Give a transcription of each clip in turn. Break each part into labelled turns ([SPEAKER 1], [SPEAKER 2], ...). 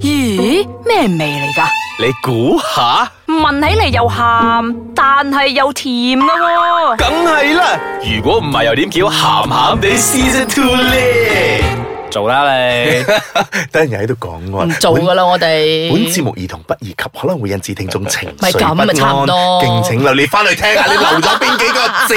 [SPEAKER 1] 咦，咩味嚟噶？
[SPEAKER 2] 你估下，
[SPEAKER 1] 聞起嚟又鹹，但係又甜噶喎、
[SPEAKER 2] 梗係啦。如果唔係又點叫鹹鹹地 Season Two 咧？
[SPEAKER 3] 做啦 你，
[SPEAKER 4] 等人喺度講
[SPEAKER 5] 唔
[SPEAKER 4] 喎。
[SPEAKER 5] 做啊噶啦，我
[SPEAKER 4] 本
[SPEAKER 5] 哋。
[SPEAKER 4] 本節目兒童不宜及可能會引致聽眾情
[SPEAKER 5] 咪
[SPEAKER 4] 緒
[SPEAKER 5] 咁
[SPEAKER 4] 不
[SPEAKER 5] 咪
[SPEAKER 4] 安，
[SPEAKER 5] 差唔多
[SPEAKER 4] 敬請留意翻嚟聽下你留咗邊幾個字，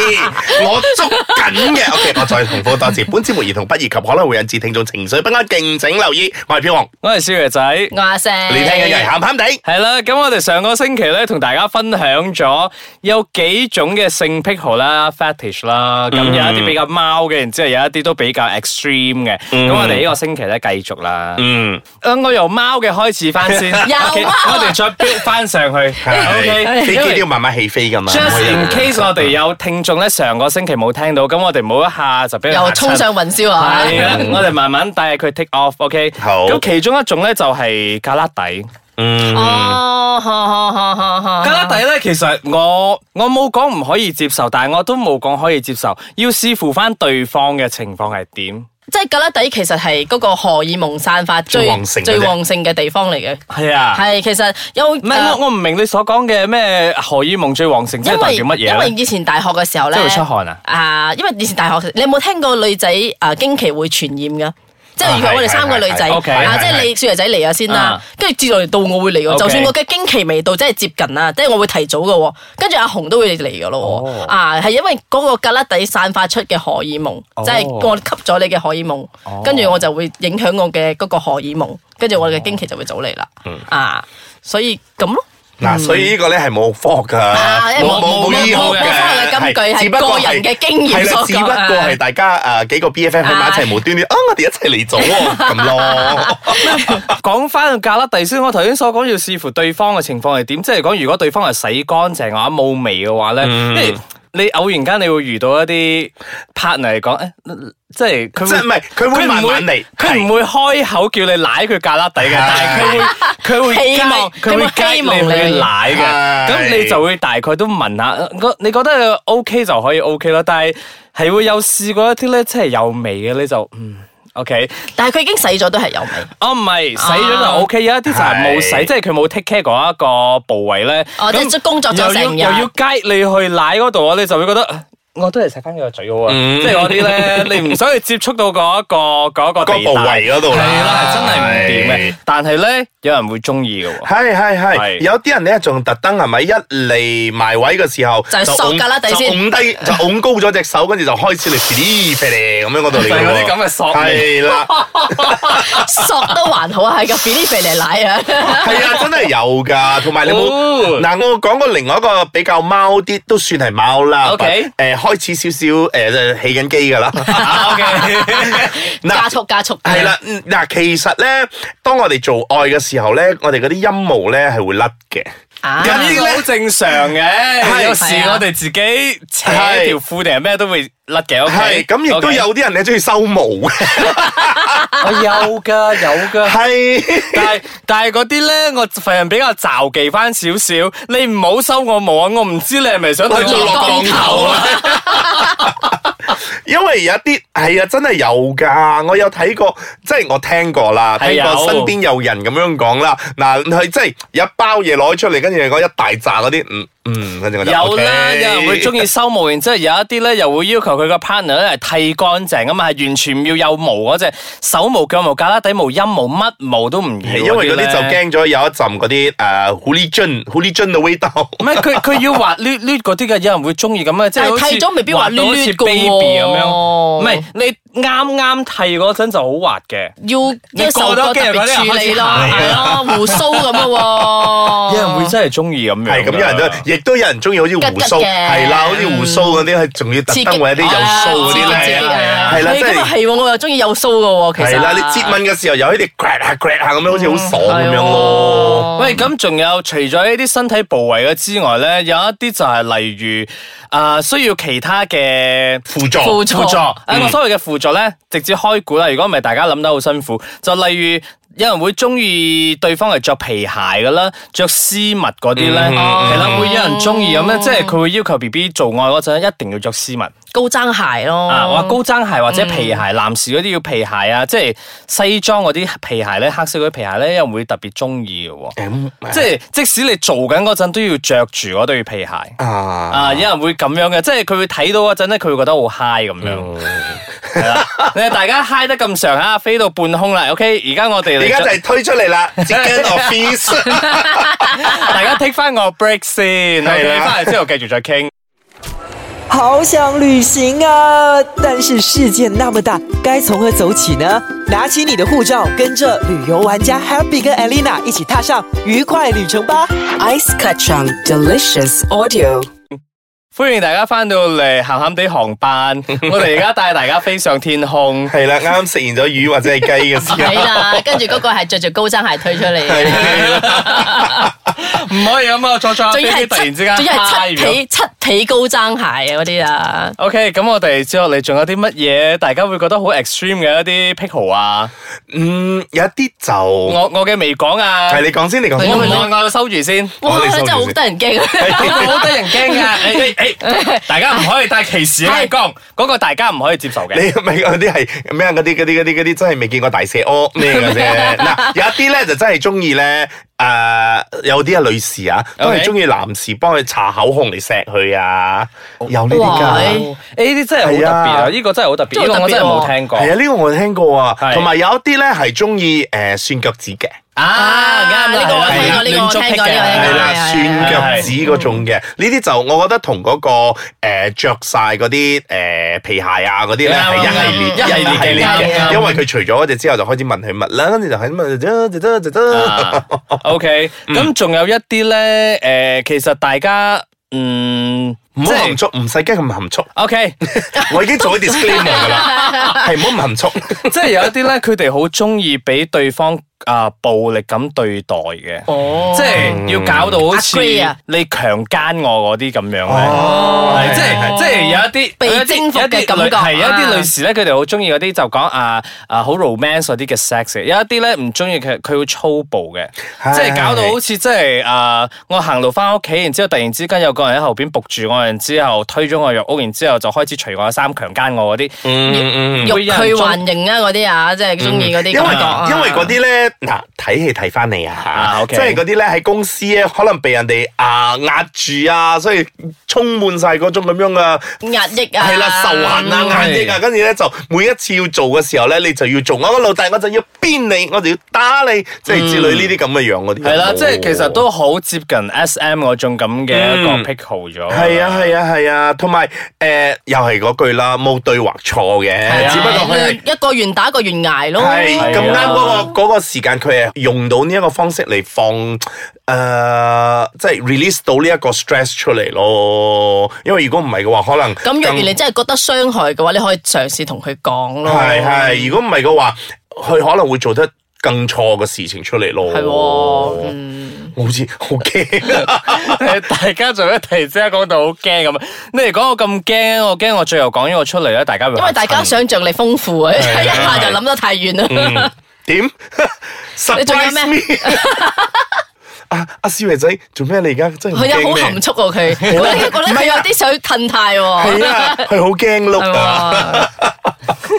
[SPEAKER 4] 我捉緊 嘅。OK，我再重複多次，本節目兒童不宜及可能會引致聽眾情緒不安，敬請留意。我係飄紅，
[SPEAKER 3] 我係少爺仔。
[SPEAKER 5] 我阿石，
[SPEAKER 4] 你聽緊嘅係鹹鹹地。
[SPEAKER 3] 系啦，咁我哋上個星期咧同大家分享咗有幾種嘅性癖好啦、fetish 啦，咁有一啲比較貓嘅，然之後有一啲都比較 extreme 嘅。咁我哋呢個星期咧繼續啦。
[SPEAKER 4] 嗯，
[SPEAKER 3] 呃我由貓嘅開始翻 先，
[SPEAKER 5] 又
[SPEAKER 3] OK，
[SPEAKER 5] 貓啊
[SPEAKER 3] 我哋再 build 翻上去。
[SPEAKER 4] 係
[SPEAKER 3] OK，
[SPEAKER 4] 飛機
[SPEAKER 3] 因
[SPEAKER 4] 都
[SPEAKER 3] 為
[SPEAKER 4] 要慢慢起飛噶嘛。
[SPEAKER 3] Just
[SPEAKER 4] 唔可以
[SPEAKER 3] in case 我哋有聽眾咧，上個星期冇聽到，咁我哋冇一下就俾佢
[SPEAKER 5] 又
[SPEAKER 3] 嚇親
[SPEAKER 5] 衝上雲霄啊！
[SPEAKER 3] 係啦，我哋慢慢帶佢 take off，OK。
[SPEAKER 4] 好
[SPEAKER 3] 咁其中一種咧就係咖喱底。
[SPEAKER 4] 嗯，
[SPEAKER 5] 哦，哈哈哈哈哈
[SPEAKER 3] 加拉底咧，其實我我冇講唔可以接受，但係我都冇講可以接受，要視乎翻對方嘅情況係點。
[SPEAKER 5] 即係格拉底其實係嗰個荷爾蒙散發最
[SPEAKER 4] 最旺盛嘅
[SPEAKER 5] 最旺盛嘅地方嚟嘅。
[SPEAKER 3] 係啊，
[SPEAKER 5] 係其實有呃
[SPEAKER 3] 唔係我我唔明你所講嘅咩荷爾蒙最旺盛，即係代表乜
[SPEAKER 5] 因為因
[SPEAKER 3] 嘢
[SPEAKER 5] 為
[SPEAKER 3] 咧？
[SPEAKER 5] 以前大學嘅時候咧，
[SPEAKER 3] 即係會出汗啊！
[SPEAKER 5] 啊，因為以前大學，你有冇聽過女仔啊經期會傳染㗎？即係如
[SPEAKER 3] 啊
[SPEAKER 5] 果我哋三個女仔，
[SPEAKER 4] 係係係
[SPEAKER 3] OK，
[SPEAKER 5] 啊，
[SPEAKER 4] 係
[SPEAKER 5] 即係你雪爺仔嚟咗先啦
[SPEAKER 3] 啊，
[SPEAKER 5] 跟住接落嚟到我會嚟喎。
[SPEAKER 3] OK
[SPEAKER 5] 就算我嘅經期未到，即係接近啦，即係我會提早嘅喎。跟住阿紅都會嚟嘅咯喎，
[SPEAKER 3] 哦
[SPEAKER 5] 啊，係因為嗰個格拉底散發出嘅荷爾蒙，
[SPEAKER 3] 哦
[SPEAKER 5] 即係我吸咗你嘅荷爾蒙，跟住我就會影響我嘅嗰個荷爾蒙，跟住我
[SPEAKER 3] 哦
[SPEAKER 5] 嘅經期就會早嚟啦，
[SPEAKER 3] 嗯
[SPEAKER 5] 啊，所以咁咯。
[SPEAKER 4] 嗱，所以呢個咧係冇科學噶
[SPEAKER 5] 啊，因為
[SPEAKER 4] 冇冇
[SPEAKER 3] 冇
[SPEAKER 4] 冇醫學
[SPEAKER 3] 冇
[SPEAKER 4] 嘅，
[SPEAKER 5] 冇科學嘅
[SPEAKER 4] 係
[SPEAKER 5] 根據係
[SPEAKER 4] 只不過
[SPEAKER 5] 個人嘅經驗
[SPEAKER 4] 係啦
[SPEAKER 5] 所講
[SPEAKER 4] 只不過係大家誒幾個 BFF 喺埋一齊無端端啊，我哋一齊嚟咗喎咁咯。
[SPEAKER 3] 啊講翻咖喱底先，我頭先所講要視乎對方嘅情況係點，即係講如果對方係洗乾淨啊冇味嘅話咧，因為你偶然間你會遇到一啲 partner 嚟講，誒，即係佢會
[SPEAKER 4] 即係唔係佢會慢慢嚟，
[SPEAKER 3] 佢唔
[SPEAKER 4] 會
[SPEAKER 3] 會開口叫你舐佢旮旯底
[SPEAKER 4] 係
[SPEAKER 3] 嘅，但係佢會佢會
[SPEAKER 5] 希望
[SPEAKER 3] 佢會
[SPEAKER 5] 佢會希
[SPEAKER 3] 雞
[SPEAKER 5] 望
[SPEAKER 3] 你
[SPEAKER 5] 你
[SPEAKER 3] 去舐嘅，
[SPEAKER 4] 係
[SPEAKER 3] 咁你就會大概都問下，呃我你覺得佢 OK 就可以 OK 啦，但係係會有試過一啲咧，即係有味嘅咧就嗯 OK，
[SPEAKER 5] 但係佢已經洗咗都係有味。
[SPEAKER 3] 哦唔係洗咗就 OK，有一啲就係冇洗，
[SPEAKER 4] 係
[SPEAKER 3] 即係佢冇 take care 嗰一個部位咧，
[SPEAKER 5] 哦即係
[SPEAKER 3] 咁
[SPEAKER 5] 工作咗
[SPEAKER 3] 又要
[SPEAKER 5] 成日
[SPEAKER 3] 又要雞你去舐嗰度啊，你就會覺得。呃我都係食翻佢個嘴好啊，
[SPEAKER 4] 嗯
[SPEAKER 3] 即係嗰啲咧，你唔想去接觸到嗰一個嗰一
[SPEAKER 4] 個
[SPEAKER 3] 個地
[SPEAKER 4] 部
[SPEAKER 3] 帶
[SPEAKER 4] 位嗰度啦，
[SPEAKER 3] 係啦，係真係唔掂嘅。但係咧，有人會中意嘅喎。
[SPEAKER 4] 係係係，
[SPEAKER 3] 係
[SPEAKER 4] 有啲人咧仲特登係咪一嚟埋位嘅時候
[SPEAKER 5] 就係索㗎啦
[SPEAKER 4] 就
[SPEAKER 5] 底先
[SPEAKER 4] 拱低就拱高咗隻手，跟住就開始嚟噼哩噼哩咁樣嗰度嚟㗎喎
[SPEAKER 3] 就係嗰啲咁嘅索
[SPEAKER 4] 係啦，
[SPEAKER 5] 索都還好啊，係個 b i l 肥嚟奶啊，
[SPEAKER 4] 係啊，真係有㗎。同埋你冇
[SPEAKER 3] 哦
[SPEAKER 4] 嗱，我講過另外一個比較貓啲，都算係貓啦。
[SPEAKER 3] OK
[SPEAKER 4] 誒開始少少誒起緊機 㗎啦。
[SPEAKER 3] O K，
[SPEAKER 4] 嗱
[SPEAKER 5] 加。速加速。
[SPEAKER 4] 係啦，嗯嗱，其實咧，當我哋做愛嘅時候咧，我哋嗰啲陰毛咧係會甩嘅。
[SPEAKER 5] 啊，
[SPEAKER 4] 咁
[SPEAKER 3] 咁呢個好正常嘅。有時
[SPEAKER 5] 係啊
[SPEAKER 3] 我哋自己扯
[SPEAKER 4] 係
[SPEAKER 3] 條褲定係咩都會甩嘅。O
[SPEAKER 4] 係
[SPEAKER 3] K，
[SPEAKER 4] 咁，亦都。有啲人咧中意收毛嘅。
[SPEAKER 3] 我有㗎，有 㗎。
[SPEAKER 4] 係
[SPEAKER 3] 但 係但係嗰啲咧，我份人比較罩忌翻少少。你唔好收我毛啊！我唔知你係咪想對
[SPEAKER 4] 去做落降頭
[SPEAKER 3] 啊？
[SPEAKER 4] 因為有一啲係啊，真係有㗎。我有睇過，即係我聽過啦，
[SPEAKER 3] 係
[SPEAKER 4] 聽
[SPEAKER 3] 有
[SPEAKER 4] 過身邊有人咁樣講啦。嗱，佢即係有一包嘢攞出嚟，跟住講一大扎嗰啲，嗯嗯，跟住我就
[SPEAKER 3] 有
[SPEAKER 4] OK
[SPEAKER 3] 啦，有人會中意修毛，然之後有一啲咧又會要求佢個 partner 咧係剃乾淨啊嘛，係完全唔要有毛嗰隻手毛、腳毛、旮旯底毛、陰毛，乜毛都唔要。啊
[SPEAKER 4] 因為嗰啲就
[SPEAKER 3] 咧。
[SPEAKER 4] 驚咗有一陣嗰啲誒狐狸精、狐狸精嘅味道。
[SPEAKER 3] 唔係 佢佢要滑捋捋嗰啲嘅，有人會中意咁啊，即係
[SPEAKER 5] 但係
[SPEAKER 3] 好似
[SPEAKER 5] 剃咗未必滑
[SPEAKER 3] 滑
[SPEAKER 5] 捋
[SPEAKER 3] 到好似
[SPEAKER 5] 捋㗎喎
[SPEAKER 3] baby 咁樣。唔係你啱啱剃嗰陣就好滑嘅，
[SPEAKER 5] 要一
[SPEAKER 3] 你
[SPEAKER 5] 手
[SPEAKER 3] 過
[SPEAKER 5] 割
[SPEAKER 3] 多
[SPEAKER 5] 特
[SPEAKER 3] 幾日
[SPEAKER 5] 別處理
[SPEAKER 3] 嗰
[SPEAKER 5] 咯，
[SPEAKER 3] 啲人開始
[SPEAKER 5] 係咯，胡鬚咁咯喎。
[SPEAKER 3] 有人會真係中意咁樣㗎。
[SPEAKER 4] 係咁，有人都亦都有人中意好似胡
[SPEAKER 5] 吉吉
[SPEAKER 4] 鬚，
[SPEAKER 5] 嘅
[SPEAKER 4] 係啦，好似胡鬚嗰啲，係仲要特
[SPEAKER 5] 刺激
[SPEAKER 4] 登為一啲有鬚嗰啲
[SPEAKER 5] 啊刺激
[SPEAKER 4] 咧
[SPEAKER 5] 刺激，啊
[SPEAKER 4] 係啦，
[SPEAKER 5] 係
[SPEAKER 4] 即
[SPEAKER 5] 咁啊
[SPEAKER 4] 係
[SPEAKER 5] 係喎，我又中意有須嘅喎，其實。
[SPEAKER 4] 係啦，你接吻嘅時候有啲 grad 下 grad 下咁樣，好似好爽咁樣咯。
[SPEAKER 5] 哦
[SPEAKER 3] 喂，咁仲有除咗呢啲身體部位嘅之外咧，有一啲就係例如啊、呃需要其他嘅
[SPEAKER 4] 輔助嗯
[SPEAKER 5] 輔助
[SPEAKER 3] 哎啊輔助。誒、我所謂嘅輔助咧，直接開估啦。如果唔係，大家諗得好辛苦。就例如有人會中意對方係着皮鞋噶啦，着絲襪嗰啲咧，
[SPEAKER 4] 嗯
[SPEAKER 3] 係啦，會有人中意咁咧，即係佢會要求 B B 做愛嗰陣一定要着絲襪
[SPEAKER 5] 高踭鞋咯，
[SPEAKER 4] 哦
[SPEAKER 3] 啊，話高踭鞋或者皮
[SPEAKER 4] 嗯
[SPEAKER 3] 鞋，男士嗰啲要皮鞋啊，即係西裝嗰啲皮鞋咧，黑色嗰啲皮鞋咧，有人會特別中意 嘅喎，
[SPEAKER 4] 咁
[SPEAKER 3] 即係即使你做緊嗰陣都要着住嗰對皮鞋。
[SPEAKER 4] 啊，
[SPEAKER 3] 啊！有人會咁樣嘅，即係佢會睇到嗰陣咧，佢會覺得好 high 咁樣，
[SPEAKER 4] 嗯
[SPEAKER 3] 係啦。你話大家 high 得咁上下，飛到半空啦。OK，而家我哋嚟
[SPEAKER 4] 而家就係推出嚟啦 c h i c office。
[SPEAKER 3] 大家 take 翻個 break 先
[SPEAKER 4] 係
[SPEAKER 3] ，OK，
[SPEAKER 4] 啦
[SPEAKER 3] 翻嚟之後繼續再傾。
[SPEAKER 6] 好想旅行啊！但是世界那么大，该从何走起呢？拿起你的护照，跟着旅游玩家 Happy 跟 Elena 一起踏上愉快旅程吧！
[SPEAKER 7] Ice Kachang Delicious Audio.
[SPEAKER 3] 歡迎大家翻到嚟鹹鹹地航班， 我哋而家帶大家飛上天空。
[SPEAKER 4] 係啦，啱啱食完咗魚或者係雞嘅時
[SPEAKER 5] 係
[SPEAKER 4] 候，
[SPEAKER 5] 啦，跟住嗰個係着住高踭鞋推出嚟
[SPEAKER 4] 係
[SPEAKER 5] 嘅。
[SPEAKER 3] 唔可以咁啊！坐坐
[SPEAKER 5] 仲要
[SPEAKER 3] 飛機
[SPEAKER 5] 係
[SPEAKER 3] 突然
[SPEAKER 5] 七，
[SPEAKER 3] 之間
[SPEAKER 5] 仲要係
[SPEAKER 3] high
[SPEAKER 5] 七
[SPEAKER 3] 咗。
[SPEAKER 5] 皮七皮高踭鞋啊嗰啲啊，
[SPEAKER 3] OK，咁我哋之後你仲有啲乜嘢？大家會覺得好 extreme 嘅一啲 pickle 啊？
[SPEAKER 4] 嗯，有一啲就
[SPEAKER 3] 我我嘅未講啊，
[SPEAKER 4] 係你講先，你講
[SPEAKER 3] 我唔
[SPEAKER 4] 先。
[SPEAKER 3] 愛我收住先。
[SPEAKER 5] 哇
[SPEAKER 4] 我哋收
[SPEAKER 5] 真係
[SPEAKER 4] 住
[SPEAKER 5] 好
[SPEAKER 4] 先
[SPEAKER 5] 得人驚。啊
[SPEAKER 3] 好得人驚啊！誒誒誒，大家唔可以帶歧視嘅眼光，嗰個大家唔可以接受嘅。
[SPEAKER 4] 你咪嗰啲係咩啊？嗰啲嗰啲嗰啲嗰啲真係未見過大蛇屙咩嘅 啫。嗱，有一啲咧就真係中意咧，誒有啲係女士啊，都
[SPEAKER 3] OK
[SPEAKER 4] 係中意男士幫佢搽口紅嚟錫佢啊，有呢啲㗎。
[SPEAKER 5] 喂
[SPEAKER 3] 誒呢啲真係好特別
[SPEAKER 4] 係
[SPEAKER 3] 啊！
[SPEAKER 4] 啊
[SPEAKER 3] 呢個真係好特別，
[SPEAKER 5] 真
[SPEAKER 3] 呢
[SPEAKER 5] 係
[SPEAKER 3] 個
[SPEAKER 5] 好
[SPEAKER 3] 我
[SPEAKER 5] 特別喎
[SPEAKER 3] 真係冇聽過
[SPEAKER 4] 係啊，呢個我聽過啊，
[SPEAKER 3] 係
[SPEAKER 4] 同埋有一啲咧係中意誒蒜腳趾嘅，
[SPEAKER 3] 啊！啱啦
[SPEAKER 5] 呢個我聽過，呢個我
[SPEAKER 3] à.
[SPEAKER 5] 聽過，呢
[SPEAKER 3] 啊
[SPEAKER 4] 係
[SPEAKER 5] 個我聽過
[SPEAKER 4] 啦，
[SPEAKER 5] 係
[SPEAKER 4] 蒜
[SPEAKER 5] 啊。
[SPEAKER 4] 腳趾嗰種嘅，呢啲就我覺得同嗰個誒著曬嗰啲誒皮鞋啊嗰啲咧係一系列
[SPEAKER 3] 一系列嘅
[SPEAKER 4] 嘅，因為佢除咗嗰只之後就開始問佢物啦，跟住就喺問啫啫啫啫，
[SPEAKER 3] à. OK，咁仲有一啲咧，誒，其實大家嗯，
[SPEAKER 4] 唔好含蓄，唔使驚咁含蓄，
[SPEAKER 3] OK，
[SPEAKER 4] 我已經做咗 disclaimer 噶啦，係唔好咁含蓄，
[SPEAKER 3] 即係有一啲咧，佢哋好中意俾對方啊暴力咁對待嘅。
[SPEAKER 5] 哦
[SPEAKER 3] 即係要搞到好似
[SPEAKER 5] Agree 啊
[SPEAKER 3] 你強姦我嗰啲咁樣咧，
[SPEAKER 4] 哦
[SPEAKER 3] 係即係即係有一啲
[SPEAKER 5] 被征服嘅感覺
[SPEAKER 3] 係有一啲
[SPEAKER 5] 啊
[SPEAKER 3] 女士咧，佢哋好中意嗰啲就講啊啊好 romance 嗰啲嘅 sex，嘅有一啲咧唔中意佢佢會粗暴嘅，
[SPEAKER 4] 係
[SPEAKER 3] 即係搞到好似即係啊我行路翻屋企，然之後突然之間有個人喺後邊仆住我，然之後推咗我入屋，然之後就開始除我嘅衫強姦我嗰啲，
[SPEAKER 4] 嗯
[SPEAKER 5] 欲拒還迎啊嗰啲啊，即係中意嗰啲
[SPEAKER 4] 因為
[SPEAKER 5] 感覺啊。
[SPEAKER 4] 因為嗰啲咧，嗱睇戲睇翻嚟
[SPEAKER 3] 啊
[SPEAKER 4] 啊，
[SPEAKER 3] ，OK
[SPEAKER 4] 即係嗰啲咧喺公司咧，可能被人哋啊壓住啊，所以充滿晒嗰種咁樣嘅。
[SPEAKER 5] 壓抑啊，
[SPEAKER 4] 係啦，仇恨啊，壓抑
[SPEAKER 5] 嗯
[SPEAKER 4] 啊，跟住咧就每一次要做嘅時候咧，你就要做我老大，我就要鞭你，我就要打你，即
[SPEAKER 5] 嗯
[SPEAKER 4] 係之類呢啲咁嘅樣嗰啲。哦
[SPEAKER 3] 係啦，即係其實都好接近 S.M. 嗰種咁嘅一個 pickle 咗，
[SPEAKER 4] 嗯係啊，係啊，係啊，同埋誒，又係嗰句啦，冇對或錯
[SPEAKER 3] 係
[SPEAKER 4] 嘅，
[SPEAKER 3] 啊
[SPEAKER 4] 只不過佢係。
[SPEAKER 5] 一個願打一個願挨咯。
[SPEAKER 4] 係
[SPEAKER 3] 係啊
[SPEAKER 4] 咁啱嗰個嗰個時間，佢係用到呢一個方式嚟放誒，呃即係 release 到呢一個 stress 出嚟咯。因為如果唔係嘅話，可能
[SPEAKER 5] 咁若然
[SPEAKER 4] 更
[SPEAKER 5] 你真係覺得傷害嘅話，你可以嘗試同佢講咯。
[SPEAKER 4] 係係，如果唔係嘅話，佢可能會做得更錯嘅事情出嚟咯。
[SPEAKER 5] 係喎，嗯。
[SPEAKER 4] 我好似好驚啊，
[SPEAKER 3] 大家做咩突然之間講到好驚咁啊？你哋講我咁驚，我驚我最後講咗我出嚟咧，大家會
[SPEAKER 5] 因為大家想像力豐富啊，一下就諗得太遠啦。
[SPEAKER 4] 嗯點
[SPEAKER 5] 你仲有
[SPEAKER 4] surprise
[SPEAKER 5] 咩
[SPEAKER 4] me？阿阿少爺仔做咩？你而家真係
[SPEAKER 5] 佢
[SPEAKER 4] 驚
[SPEAKER 5] 又好
[SPEAKER 4] 咩
[SPEAKER 5] 含蓄喎，佢我覺得佢有啲想褪態
[SPEAKER 4] 係
[SPEAKER 5] 喎。
[SPEAKER 4] 啊，佢好驚碌 啊！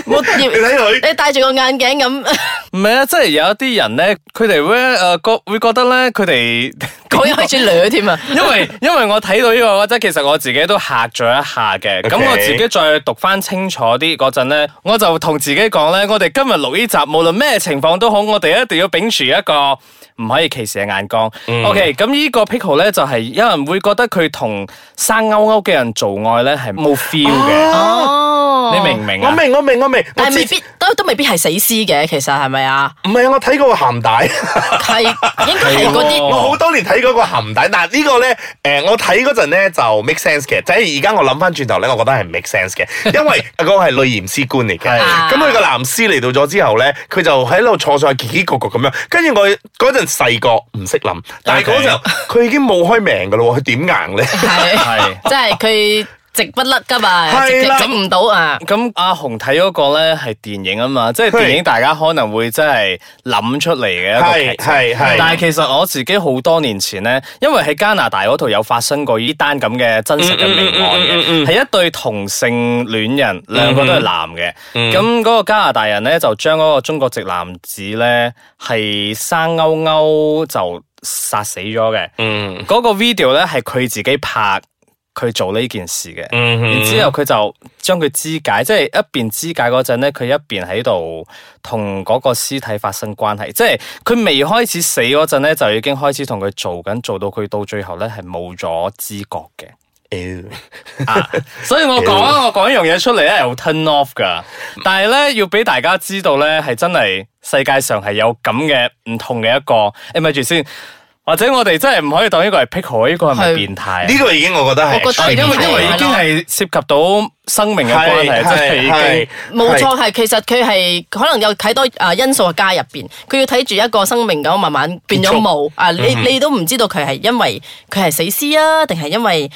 [SPEAKER 5] 冇
[SPEAKER 4] 你睇佢。
[SPEAKER 5] 你戴住個眼鏡咁，
[SPEAKER 3] 唔係啊，即係有一啲人咧，佢哋會誒覺會覺得咧，佢哋
[SPEAKER 5] 佢又開始掠添啊！
[SPEAKER 3] 因 為因為我睇到呢個，即係其實我自己都嚇咗一下嘅。咁
[SPEAKER 4] OK
[SPEAKER 3] 我自己再讀翻清楚啲嗰陣咧，我就同自己講咧，我哋今日錄呢集，無論咩情況都好，我哋一定要秉持一個唔可以歧視嘅眼光。OK，咁
[SPEAKER 4] 嗯
[SPEAKER 3] 呢個 pickle 咧就係、有人會覺得佢同生勾勾嘅人做愛咧係冇 feel 嘅，
[SPEAKER 5] 哦
[SPEAKER 3] 你明唔明
[SPEAKER 4] 我
[SPEAKER 3] 啊？
[SPEAKER 4] 明我明我明，我
[SPEAKER 5] 但係未
[SPEAKER 4] 知
[SPEAKER 5] 必都都未必係死屍嘅，其實係咪啊？
[SPEAKER 4] 唔係啊，我睇過個鹹帶，
[SPEAKER 5] 係應該係
[SPEAKER 3] 係
[SPEAKER 5] 嗰
[SPEAKER 3] 喎
[SPEAKER 5] 啲
[SPEAKER 4] 我好多年睇過個鹹帶。嗱呢個咧，誒我睇嗰陣咧就 make sense 嘅，即係而家我諗翻轉頭咧，我覺得係唔 make sense 嘅，因為嗰個係女驗屍官嚟嘅，咁佢個男屍嚟到咗之後咧，佢就喺度坐上去奇奇局局咁樣，跟住我嗰陣細個唔識諗， 但係嗰時候佢已經冇開名噶咯喎，佢點硬咧？
[SPEAKER 5] 係
[SPEAKER 3] 係。
[SPEAKER 5] 即係佢。直不甩噶嘛，直
[SPEAKER 4] 係啦
[SPEAKER 5] 直整唔到啊！
[SPEAKER 3] 咁阿紅睇嗰個咧係電影啊嘛，即係電影大家可能會真係諗出嚟嘅一個劇
[SPEAKER 4] 係
[SPEAKER 3] 情。
[SPEAKER 4] 係係，
[SPEAKER 3] 但係其實我自己好多年前咧，因為喺加拿大嗰度有發生過呢單咁嘅真實嘅命案
[SPEAKER 4] 嗯嗯嗯嗯嗯
[SPEAKER 3] 嘅，係一對同性戀人，兩個都係男
[SPEAKER 4] 嗯
[SPEAKER 3] 嘅。咁嗰個加拿大人咧就將嗰個中國籍男子咧係生勾勾就殺死咗嘅。
[SPEAKER 4] 嗯
[SPEAKER 3] 嗰個 video 咧係佢自己拍，佢做呢件事嘅。
[SPEAKER 4] 嗯哼
[SPEAKER 3] 然之後佢就將佢肢解，即係一邊肢解嗰陣咧，佢一邊喺度同嗰個屍體發生關係，即係佢未開始死嗰陣咧，就已經開始同佢做緊，做到佢到最後咧係冇咗知覺嘅。 啊！所以我講啊，我講一樣嘢出嚟咧，係好 turn off 噶。但係咧，要俾大家知道咧，係真係世界上係有咁嘅唔同嘅一個。誒，咪住先，或者我哋真係唔可以當呢個係癖好，呢個係咪
[SPEAKER 5] 係
[SPEAKER 3] 變態啊？
[SPEAKER 4] 呢個已經我覺得係
[SPEAKER 5] 我覺得
[SPEAKER 4] extreme
[SPEAKER 3] 因為因為
[SPEAKER 5] 係
[SPEAKER 3] 已
[SPEAKER 5] 咯
[SPEAKER 3] 經係涉及到生命嘅關係，真係已經
[SPEAKER 4] 係
[SPEAKER 5] 冇錯，係其實佢係可能有睇多啊因素加入邊，佢要睇住一個生命咁慢慢變咗冇啊！你
[SPEAKER 4] 嗯
[SPEAKER 5] 你都唔知道佢係因為佢係死屍啊，定係因為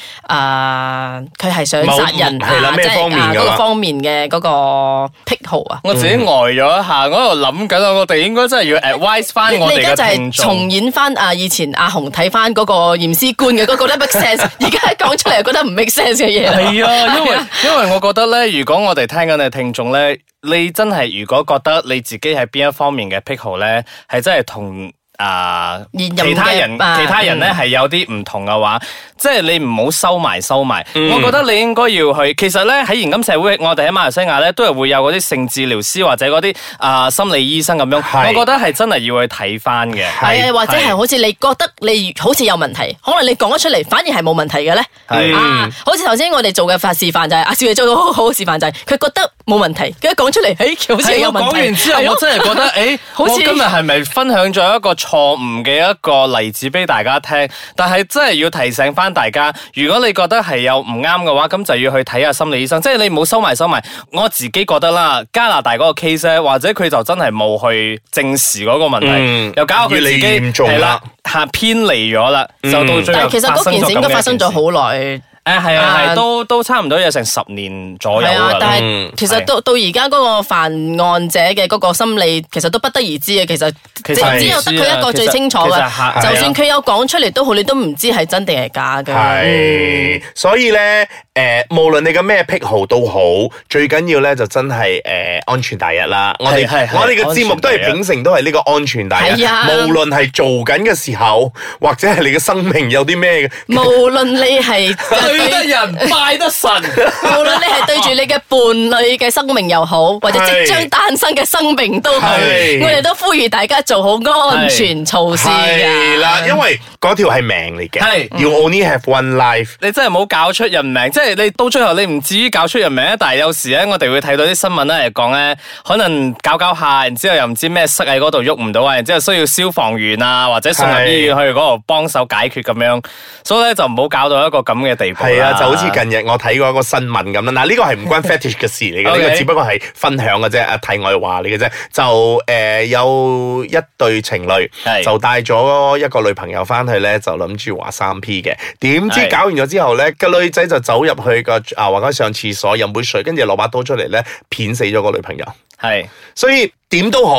[SPEAKER 5] 啊佢係想殺人
[SPEAKER 4] 某係啦
[SPEAKER 5] 啊，
[SPEAKER 4] 咩
[SPEAKER 5] 即
[SPEAKER 4] 方
[SPEAKER 5] 係
[SPEAKER 4] 面
[SPEAKER 5] 啊
[SPEAKER 4] 㗎
[SPEAKER 5] 嗰個
[SPEAKER 4] 嘛
[SPEAKER 5] 方面嘅嗰個癖好啊！
[SPEAKER 3] 我自己呆咗一下，我喺度諗緊啊，我哋應該真係要 advise 翻
[SPEAKER 5] 你
[SPEAKER 3] 我哋
[SPEAKER 5] 你而家
[SPEAKER 3] 嘅
[SPEAKER 5] 就
[SPEAKER 3] 聽
[SPEAKER 5] 係
[SPEAKER 3] 眾
[SPEAKER 5] 重。演翻啊以前阿紅睇翻嗰個驗屍官嘅嗰個咧 make sense，而家講出嚟又覺得唔 make sense 嘅嘢 啦。
[SPEAKER 3] 係啊，因為因為我覺得咧，如果我哋聽緊嘅聽眾咧，你真係如果覺得你自己喺邊一方面嘅癖好咧，係真係同。啊！
[SPEAKER 5] 現任嘅
[SPEAKER 3] 其他人
[SPEAKER 5] 啊
[SPEAKER 3] 其他人咧係有啲唔同嘅話，即係你唔好收埋收埋。我覺得你應該要去。其實咧喺現今社會，我哋喺馬來西亞咧都係會有嗰啲性治療師或者嗰啲啊心理醫生咁樣。
[SPEAKER 4] 係
[SPEAKER 3] 我覺得係真係要去睇翻嘅。
[SPEAKER 5] 係啊，或者係好似你覺得你好似有問題，可能你講咗出嚟反而係冇問題嘅咧。
[SPEAKER 3] 係
[SPEAKER 5] 啊，好似頭先我哋做嘅法示範就係阿少爺做到好好嘅示範就係佢覺得冇問題，佢一講出嚟，誒好似
[SPEAKER 3] 係
[SPEAKER 5] 有
[SPEAKER 3] 我
[SPEAKER 5] 問
[SPEAKER 3] 講
[SPEAKER 5] 題。
[SPEAKER 3] 完之後，
[SPEAKER 5] 係咯
[SPEAKER 3] 我真係覺得，誒，
[SPEAKER 5] 好似
[SPEAKER 3] 我今日係咪分享咗一個錯誤嘅一個例子俾大家聽？但係真係要提醒翻大家，如果你覺得係有唔啱嘅話，咁就要去睇下心理醫生。即係你唔好收埋收埋。我自己覺得啦，加拿大嗰個 case 咧，或者佢就真係冇去正視嗰個問題，
[SPEAKER 4] 嗯
[SPEAKER 3] 又搞到佢自己
[SPEAKER 4] 越嚟越嚴重啦
[SPEAKER 3] 係啦，嚇偏離咗啦，就到最後
[SPEAKER 5] 但係其實嗰件事應該發生咗好耐。
[SPEAKER 3] 誒係啊係，
[SPEAKER 5] 啊
[SPEAKER 3] 都都差唔多有成十年左右
[SPEAKER 5] 係啊
[SPEAKER 3] 啦，。
[SPEAKER 5] 但
[SPEAKER 4] 嗯
[SPEAKER 5] 係其實到到而家嗰個犯案者嘅嗰個心理，其實都不得而知嘅。其實
[SPEAKER 3] 其
[SPEAKER 5] 只
[SPEAKER 3] 實係啊
[SPEAKER 5] 只有得佢一個最清楚
[SPEAKER 3] 其實
[SPEAKER 5] 嘅
[SPEAKER 3] 其實係，啊
[SPEAKER 5] 就算佢有講出嚟都好，你都唔知係真定係假嘅。
[SPEAKER 4] 係，所以咧，誒，無論你嘅咩癖好都好，最緊要咧就真係誒安全第一啦。我哋
[SPEAKER 3] 係係係
[SPEAKER 4] 我哋嘅節目都
[SPEAKER 3] 安全第一
[SPEAKER 4] 係秉承都係呢個安全第一，
[SPEAKER 5] 係啊
[SPEAKER 4] 無論係做緊嘅時候，或者係你嘅生命有啲咩嘅，
[SPEAKER 5] 無論你係
[SPEAKER 3] 對得人，拜得 神。
[SPEAKER 5] 無論你係對住你嘅伴侶嘅生命又好，或者
[SPEAKER 4] 係
[SPEAKER 5] 即將誕生嘅生命都好，
[SPEAKER 4] 係
[SPEAKER 5] 我哋都呼籲大家做好安全措施
[SPEAKER 4] 係啦，因
[SPEAKER 5] 為
[SPEAKER 4] 為嗰條係命嚟嘅，
[SPEAKER 3] 啊係
[SPEAKER 4] 要 only have one life。
[SPEAKER 3] 你真係冇搞出人命，即係你到最後你唔至於搞出人命，但係有時咧，我哋會睇到啲新聞咧嚟講咧，可能搞搞下，然之後又唔知咩塞喺嗰度喐唔到啊，然之後需要消防員啊或者送入醫院去嗰度幫手解決咁樣，所以咧就唔好搞到一個咁嘅地步啦。
[SPEAKER 4] 係啊，就好似近日我睇過一個新聞咁啦。嗱，呢個係唔 關 fetish 嘅事嚟嘅，呢
[SPEAKER 3] OK
[SPEAKER 4] 個只不過係分享嘅啫，啊題外話嚟嘅啫。就誒、呃有一對情侶
[SPEAKER 3] 係
[SPEAKER 4] 就帶咗一個女朋友翻去咧，就諗住話三 P 嘅，點知
[SPEAKER 3] 係
[SPEAKER 4] 搞完咗之後咧，個女仔就走入去個啊話佢上廁所飲杯水，跟住攞把刀出嚟咧，片死咗個女朋友。
[SPEAKER 3] 係
[SPEAKER 4] 所以點都好。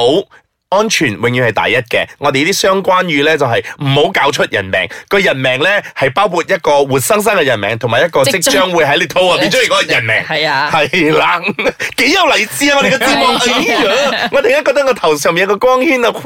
[SPEAKER 4] 安全永遠係第一嘅，我哋呢啲相關語呢，就係唔好搞出人命。個人命呢，係包括一個活生生嘅人命，同埋一個即
[SPEAKER 5] 即將
[SPEAKER 4] 將會喺你肚入面出現嗰個人命。
[SPEAKER 5] 係啊
[SPEAKER 4] 係啦，幾有勵志啊！我哋嘅節目，哎呀，我突然間覺得我頭上面有個光圈啊，圈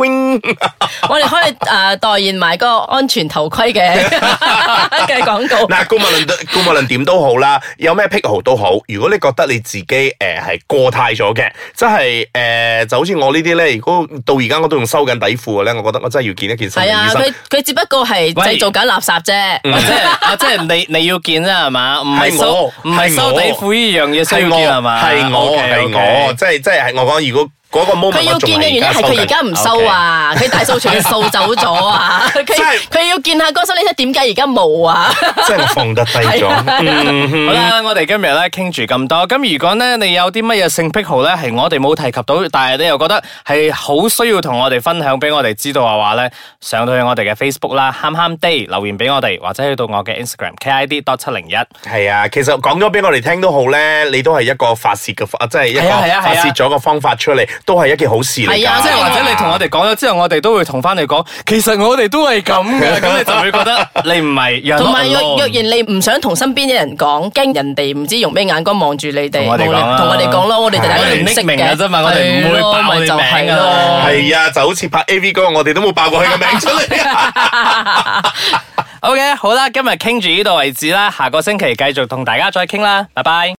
[SPEAKER 5] 我哋可以誒代言埋個安全頭盔嘅 嘅廣告。
[SPEAKER 4] 嗱，顧問論顧問論點都好啦，有咩癖好都好。如果你覺得你自己誒係過態咗嘅，即係誒就好似我呢啲咧，如果到而家我都仲收緊底褲嘅咧，我覺得我真係要見一見心理
[SPEAKER 5] 係啊
[SPEAKER 4] 醫，
[SPEAKER 5] 佢
[SPEAKER 4] 生。
[SPEAKER 5] 佢只不過係
[SPEAKER 3] 喂
[SPEAKER 5] 製造緊垃圾啫。
[SPEAKER 3] 啊，即係啊，即係你你要見啫係嘛，唔係
[SPEAKER 4] 係
[SPEAKER 3] 收
[SPEAKER 4] 我
[SPEAKER 3] 唔係
[SPEAKER 4] 係
[SPEAKER 3] 收
[SPEAKER 4] 我
[SPEAKER 3] 底褲呢樣嘢需要
[SPEAKER 4] 我
[SPEAKER 3] 見係嘛，
[SPEAKER 4] 係我
[SPEAKER 3] OK，OK
[SPEAKER 4] 係我，即係即係我講，如果嗰個
[SPEAKER 3] 啊
[SPEAKER 4] moment
[SPEAKER 5] 佢要
[SPEAKER 4] 我仲
[SPEAKER 5] 見嘅原因係
[SPEAKER 4] 收
[SPEAKER 5] 佢
[SPEAKER 4] 緊
[SPEAKER 5] 而家唔收啊，佢大掃除佢掃走咗啊， 佢
[SPEAKER 4] 真係
[SPEAKER 5] 佢要見下江心呢姐點解而家冇啊？
[SPEAKER 4] 即係我放得低
[SPEAKER 5] 係
[SPEAKER 4] 咗嗯
[SPEAKER 5] 啊。
[SPEAKER 3] 好啦，我哋今日咧傾住咁多，咁如果咧你有啲乜嘢性癖好咧，係我哋冇提及到，但係你又覺得係好需要同我哋分享俾我哋知道嘅話咧，上到去我哋嘅 Facebook 啦，喊喊 day 留言俾我哋，或者去到我嘅 Instagram KID dot 七零一。
[SPEAKER 4] 係啊，其實講咗俾我哋聽都好咧，你都係一個發泄嘅方，即係一個
[SPEAKER 3] 係啊係啊係啊
[SPEAKER 4] 發泄咗個方法出嚟，都係一件好事嚟
[SPEAKER 5] 係
[SPEAKER 4] 㗎
[SPEAKER 5] 啊。
[SPEAKER 3] 即係或者你同我哋講咗之後，我哋都會同翻你講，其實我哋都係咁 嘅，咁你就會覺得你唔係人
[SPEAKER 5] 同埋若若然你唔想同身邊嘅人講，驚人哋唔知用咩眼光望住你哋，
[SPEAKER 3] 同我哋講啦
[SPEAKER 5] 冇理同我哋講咯，我哋大家都唔識
[SPEAKER 3] 我哋匿名
[SPEAKER 5] 嘅
[SPEAKER 3] 嘅啫嘛我哋唔會
[SPEAKER 5] 係咯
[SPEAKER 3] 爆
[SPEAKER 5] 咪就
[SPEAKER 3] 你
[SPEAKER 5] 係
[SPEAKER 3] 名㗎啊
[SPEAKER 5] 咯
[SPEAKER 3] 啦
[SPEAKER 4] 係啊，就好似拍 A V 嗰個，我哋都冇爆過佢嘅名出嚟啊。
[SPEAKER 3] OK，好啦，今日傾住呢度為止啦，下個星期繼續同大家再傾啦，拜拜。